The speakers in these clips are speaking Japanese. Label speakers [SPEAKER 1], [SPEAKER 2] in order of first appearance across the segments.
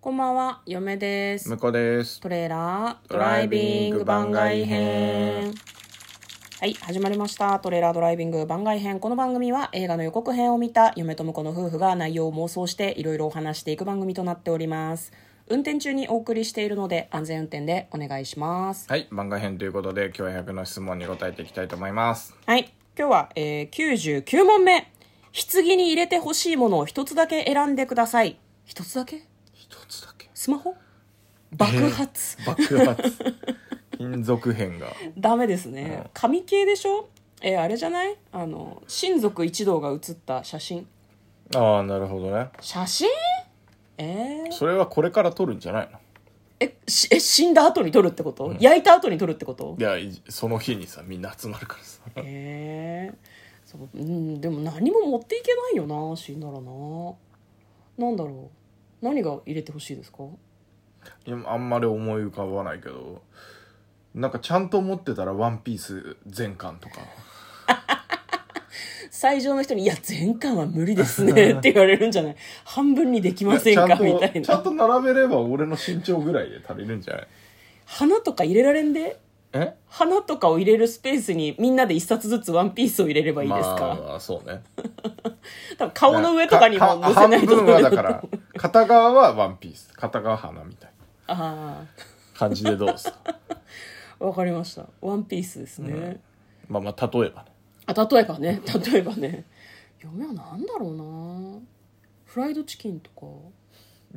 [SPEAKER 1] こんばんは、嫁です
[SPEAKER 2] 向。こうです
[SPEAKER 1] トレーラード
[SPEAKER 2] ド
[SPEAKER 1] ラ
[SPEAKER 2] ラ
[SPEAKER 1] イ
[SPEAKER 2] イ
[SPEAKER 1] ビ
[SPEAKER 2] ビ
[SPEAKER 1] ン
[SPEAKER 2] ン
[SPEAKER 1] グ
[SPEAKER 2] グ
[SPEAKER 1] 番
[SPEAKER 2] 番
[SPEAKER 1] 外
[SPEAKER 2] 外
[SPEAKER 1] 編
[SPEAKER 2] 編。
[SPEAKER 1] はい、始まりました。トレーラードライビング番外編。この番組は映画の予告編を見た嫁と婿の夫婦が内容を妄想していろいろお話していく番組となっております。運転中にお送りしているので安全運転でお願いします。
[SPEAKER 2] はい番外編ということで今日は100の質問に答えていきたいと思います
[SPEAKER 1] はい、今日は、えー、99問目。棺に入れてほしいものを一つだけ選んでください。一つだけ
[SPEAKER 2] 一つだけ
[SPEAKER 1] スマホ爆発、
[SPEAKER 2] 爆 発金属片が
[SPEAKER 1] ダメですね、
[SPEAKER 2] うん
[SPEAKER 1] 紙系でしょえーあれじゃないあの親族一同が写った写真
[SPEAKER 2] ああなるほどね
[SPEAKER 1] 写真えー
[SPEAKER 2] それはこれから撮るんじゃないの
[SPEAKER 1] えしえ死んだ後に撮るってこと、焼いた後に撮るってこと
[SPEAKER 2] いやいその日にさみんな集まるからさ
[SPEAKER 1] えーそううん、でも何も持っていけないよな死んだらななんだろう何が入れてほしいですか
[SPEAKER 2] いやあんまり思い浮かばないけどなんかちゃんと持ってたら「ワンピース全巻とか
[SPEAKER 1] 最上の人に「いや全巻は無理ですね」って言われるんじゃない半分にできませんか
[SPEAKER 2] いやちゃん
[SPEAKER 1] み
[SPEAKER 2] と
[SPEAKER 1] たい
[SPEAKER 2] ちゃん
[SPEAKER 1] な
[SPEAKER 2] と並べれば俺の身長ぐらいで足りるんじゃない
[SPEAKER 1] 花とか入れられんで
[SPEAKER 2] え
[SPEAKER 1] 花とかを入れるスペースにみんなで一冊ずつワンピースを入れればいいですか、
[SPEAKER 2] まあまあそうね
[SPEAKER 1] 多分顔の上とかにも載せないと
[SPEAKER 2] 半分はだから片側はワンピース片側花みたい
[SPEAKER 1] あ
[SPEAKER 2] な感じでどうですか
[SPEAKER 1] あわかりましたワンピースですね、
[SPEAKER 2] まあまあ例えばね
[SPEAKER 1] あ例えばね例えばね嫁はなんだろうなフライドチキンとか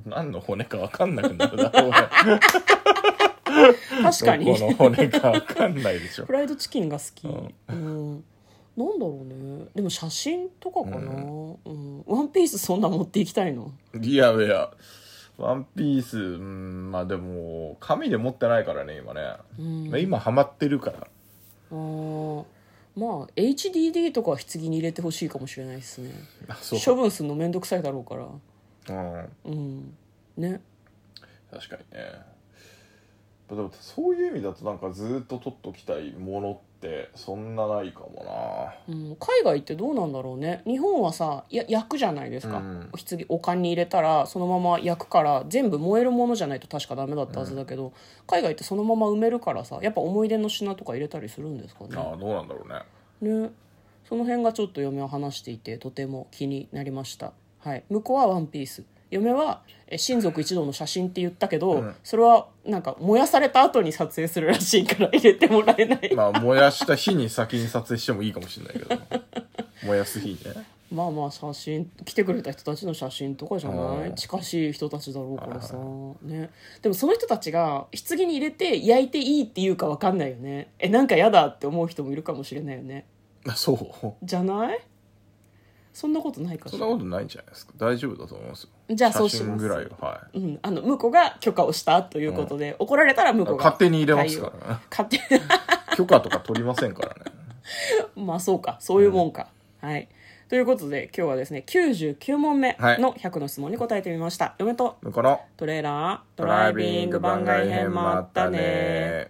[SPEAKER 2] 何の骨か分かんなくなるだろうね
[SPEAKER 1] 確か
[SPEAKER 2] ど
[SPEAKER 1] に
[SPEAKER 2] この骨か分かんないでしょ
[SPEAKER 1] フライドチキンが好き、う
[SPEAKER 2] うんん
[SPEAKER 1] なんだろうねでも写真とかかな、うんワンピースそんな持っていきたいの
[SPEAKER 2] いやいやワンピースうんまあでも紙で持ってないからね今ね、
[SPEAKER 1] うん
[SPEAKER 2] まあ今ハマってるから
[SPEAKER 1] あーまあ HDD とかは棺に入れてほしいかもしれないですね
[SPEAKER 2] あそう
[SPEAKER 1] 処分するの面倒くさいだろうから
[SPEAKER 2] うん
[SPEAKER 1] うんね
[SPEAKER 2] 確かにねでもそういう意味だとなんかずっと取っときたいものってそんなないかも
[SPEAKER 1] うん、海外ってどうなんだろうね日本はさや焼くじゃないですか、
[SPEAKER 2] うん
[SPEAKER 1] 棺お棺に入れたらそのまま焼くから全部燃えるものじゃないと確かダメだったはずだけど、海外ってそのまま埋めるからさやっぱ思い出の品とか入れたりするんですか
[SPEAKER 2] なあ
[SPEAKER 1] ね
[SPEAKER 2] あどうなんだろうね
[SPEAKER 1] ねその辺がちょっと嫁は話していてとても気になりました、はい、向こうはワンピース嫁はえ親族一同の写真って言ったけど、
[SPEAKER 2] ん
[SPEAKER 1] それはなんか燃やされた後に撮影するらしいから入れてもらえない
[SPEAKER 2] まあ燃やした日に先に撮影してもいいかもしれないけど燃やす日ね
[SPEAKER 1] まあまあ写真来てくれた人たちの写真とかじゃな
[SPEAKER 2] う
[SPEAKER 1] い
[SPEAKER 2] ん
[SPEAKER 1] 近しい人たちだろうからさ、ね、でもその人たちが棺に入れて焼いていいっていうか分かんないよねえなんか嫌だって思う人もいるかもしれないよね
[SPEAKER 2] あそう
[SPEAKER 1] じゃないそんなことないかし
[SPEAKER 2] そん
[SPEAKER 1] ら
[SPEAKER 2] なことないんじゃないですか大丈夫だと思いますよ
[SPEAKER 1] じゃあそうし
[SPEAKER 2] 写
[SPEAKER 1] ま
[SPEAKER 2] 真
[SPEAKER 1] す
[SPEAKER 2] ぐらいははい
[SPEAKER 1] うん、あの向こうが許可をしたということで、怒られたら向こうが
[SPEAKER 2] 勝手に入れますからね
[SPEAKER 1] 勝手に
[SPEAKER 2] 許可とか取りませんからね
[SPEAKER 1] まあそうかそういうもんか、はいということで今日はですね99問目の100の質問に答えてみました、嫁と
[SPEAKER 2] 向こうの
[SPEAKER 1] トレーラード
[SPEAKER 2] ド
[SPEAKER 1] ライビング番外編もあったね